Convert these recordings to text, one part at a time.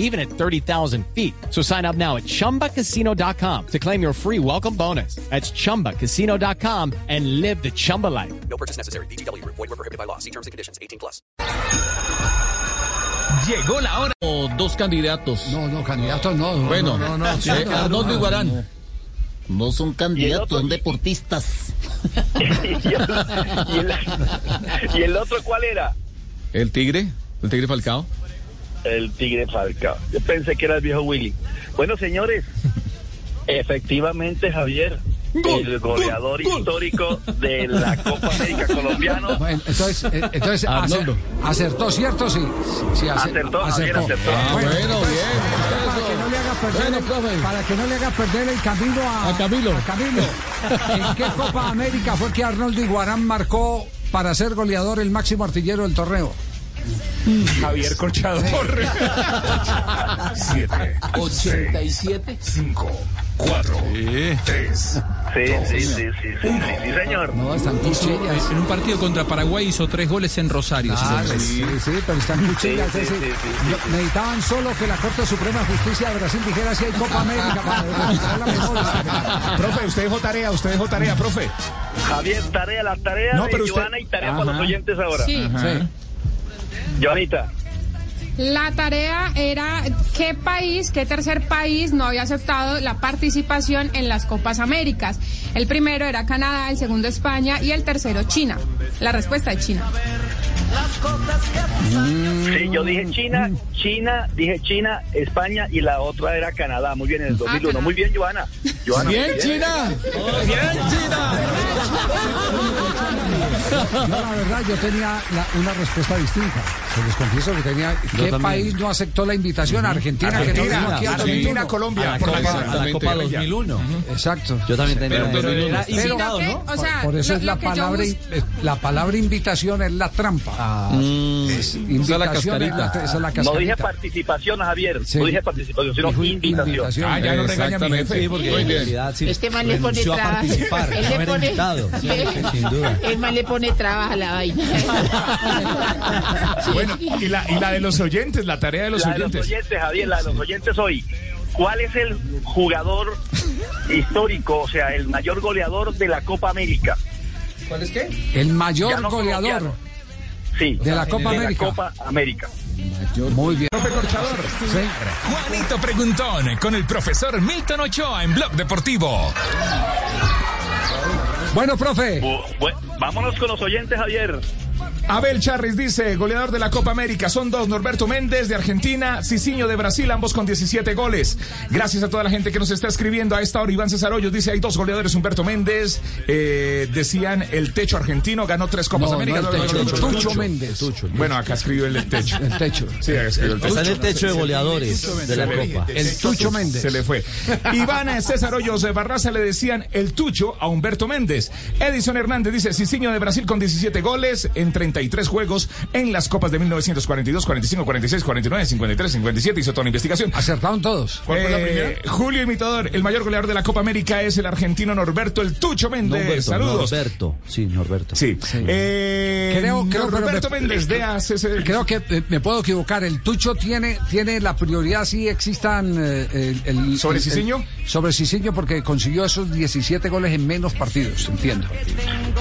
even at 30,000 feet. So sign up now at ChumbaCasino.com to claim your free welcome bonus. That's ChumbaCasino.com and live the Chumba life. No purchase necessary. BGW. Void were prohibited by law. See terms and conditions. 18 plus. Llegó la hora. O dos candidatos. No, no, candidatos no. no, bueno, no, no, no, eh, Arnoldo Iguarán. No son candidatos, son deportistas. y, el, y el- y el otro cuál era? El Tigre, el Tigre Falcao. El Tigre Falcao. Yo pensé que era el viejo Willy. Bueno, señores, efectivamente, Javier, el goleador histórico de la Copa América colombiano. Bueno, entonces, eh, entonces Arnoldo. acer- acertó, ¿cierto? Sí, sí, sí, acer- Acertó, Javier, acertó. Ah, bueno, Bueno, entonces, bien, Para que, no le haga perder Bueno, el, profe. para que no le haga perder el camino a, A Camilo. a Camilo. ¿En qué Copa América fue que Arnoldo Iguarán marcó para ser goleador el máximo artillero del torneo? Javier Corchador. 7, 87, 5, 4, 3. Sí, sí, sí, sí, sí, sí, sí, señor. No, están cuchillas. En un partido contra Paraguay hizo tres goles en Rosario. si se Ah, acuerda. sí, sí, pero están cuchillas. Sí, sí, ese. sí, sí, sí, Yo- Necesitaban solo que la Corte Suprema de Justicia de Brasil dijera si hay Copa América para demostrar la memoria. Profe, usted dejó tarea, usted dejó tarea, profe. Javier, tarea, la tarea No, de pero usted- Joana y tarea para los oyentes ahora. Sí, Sí. Joanita, la tarea era qué país, qué tercer país no había aceptado la participación en las Copas Américas. El primero era Canadá, el segundo España y el tercero China. La respuesta es China. sí, yo Mm, dije China, China, dije China, España y la otra era Canadá. Muy bien, en el 2001. Ah, Canadá. Muy bien, Joana. Joana, muy Bien, China. Yo, la verdad, yo tenía la- una respuesta distinta. Se les confieso que tenía. ¿Qué país no aceptó la invitación? Argentina, que no vino aquí Argentina, al Argentina, 2001. Colombia. A la por la Copa- cara. a la Copa Exactamente. 2001. Exacto. Yo también tenía Pero, pero era Pero- invitado, ¿no? por- O sea, por eso lo- es la lo que yo palabra, bus- in- eh, la palabra invitación es la trampa. Ah, esa Es es la invitación es la- cascarita. esa es la No dije cascarita. participación, Javier. Sí. No dije participación, sino Dijo invitación. Ah, ya no regaña a mi Exactamente, jefe. sí, porque- Muy en bien. realidad, sí, Este man le pone renunció a traba- participar, Él le no era pone- invitado. Sí. Sin duda. El man le pone trabas a la vaina. Sí. Bueno, y la, y la de los oyentes, la tarea de los La de los oyentes. oyentes, Javier, la de los oyentes hoy. ¿Cuál es el jugador histórico, o sea, el mayor goleador de la Copa América? El Ya mayor no goleador. colombiano. Sí. De la Copa América. De la Copa América. Muy bien. Profe Corchador. Sí. Juanito Preguntón con el profesor Milton Ochoa en Blog Deportivo. Bueno, profe. Bu- bueno, vámonos con los oyentes, Javier. Abel Charris dice, goleador de la Copa América, son dos, Norberto Méndez de Argentina, Cicinho de Brasil, ambos con 17 goles. Gracias a toda la gente que nos está escribiendo a esta hora. Iván César Hoyos dice, hay dos goleadores, Humberto Méndez, eh, decían el techo argentino, ganó tres Copas No, no el Américas. No, no, techo, no, el no, no, no, Tucho no. Méndez. Bueno, acá escribió el, del techo. El techo. Sí, acá escribió el Está techo. en el techo de goleadores de la Copa. El Tucho Méndez. Se le fue. Iván eh, César Hoyos de Barraza le decían el tucho a Humberto Méndez. Edison Hernández dice, Cicinho de Brasil con 17 goles en 33 juegos en las copas de 1942, 45, 46, 49, 53, 57. Hizo toda la investigación. Ah, Acertaron todos. Eh, Julio Imitador, el mayor goleador de la Copa América es el argentino Norberto El Tucho Méndez. Norberto, Saludos. Norberto. Sí, Norberto. Sí. Eh, Creo- creo, pero Norberto me- Méndez de ACC. Creo que eh, me puedo equivocar. El Tucho tiene, tiene la prioridad si existan. eh, el, el- ¿Sobre el- Cicinho? el- sobre Cicinho porque consiguió esos 17 goles en menos partidos, entiendo.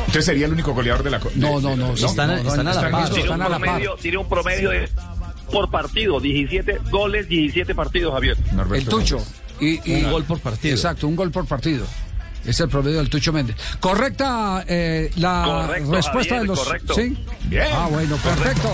Usted sería el único goleador de la Copa. No, no, no. Están- no, no, están a la están par. listos, Tiene un están a la par. promedio, tiene un promedio de, por partido, 17 goles, 17 partidos, Javier. El Tucho. Y, y- Un gol por partido. Exacto, un gol por partido. Es el promedio del Tucho Méndez. Correcta eh, la Correcto, respuesta Javier, de los. correcto. ¿sí? Bien. Ah, bueno, perfecto.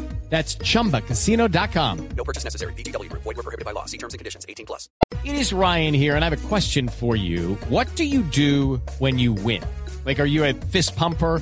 That's chumbacasino.com. No purchase necessary. BGW. Void were prohibited by law. See terms and conditions. 18 plus. It is Ryan here, and I have a question for you. What do you do when you win? Like, are you a fist pumper?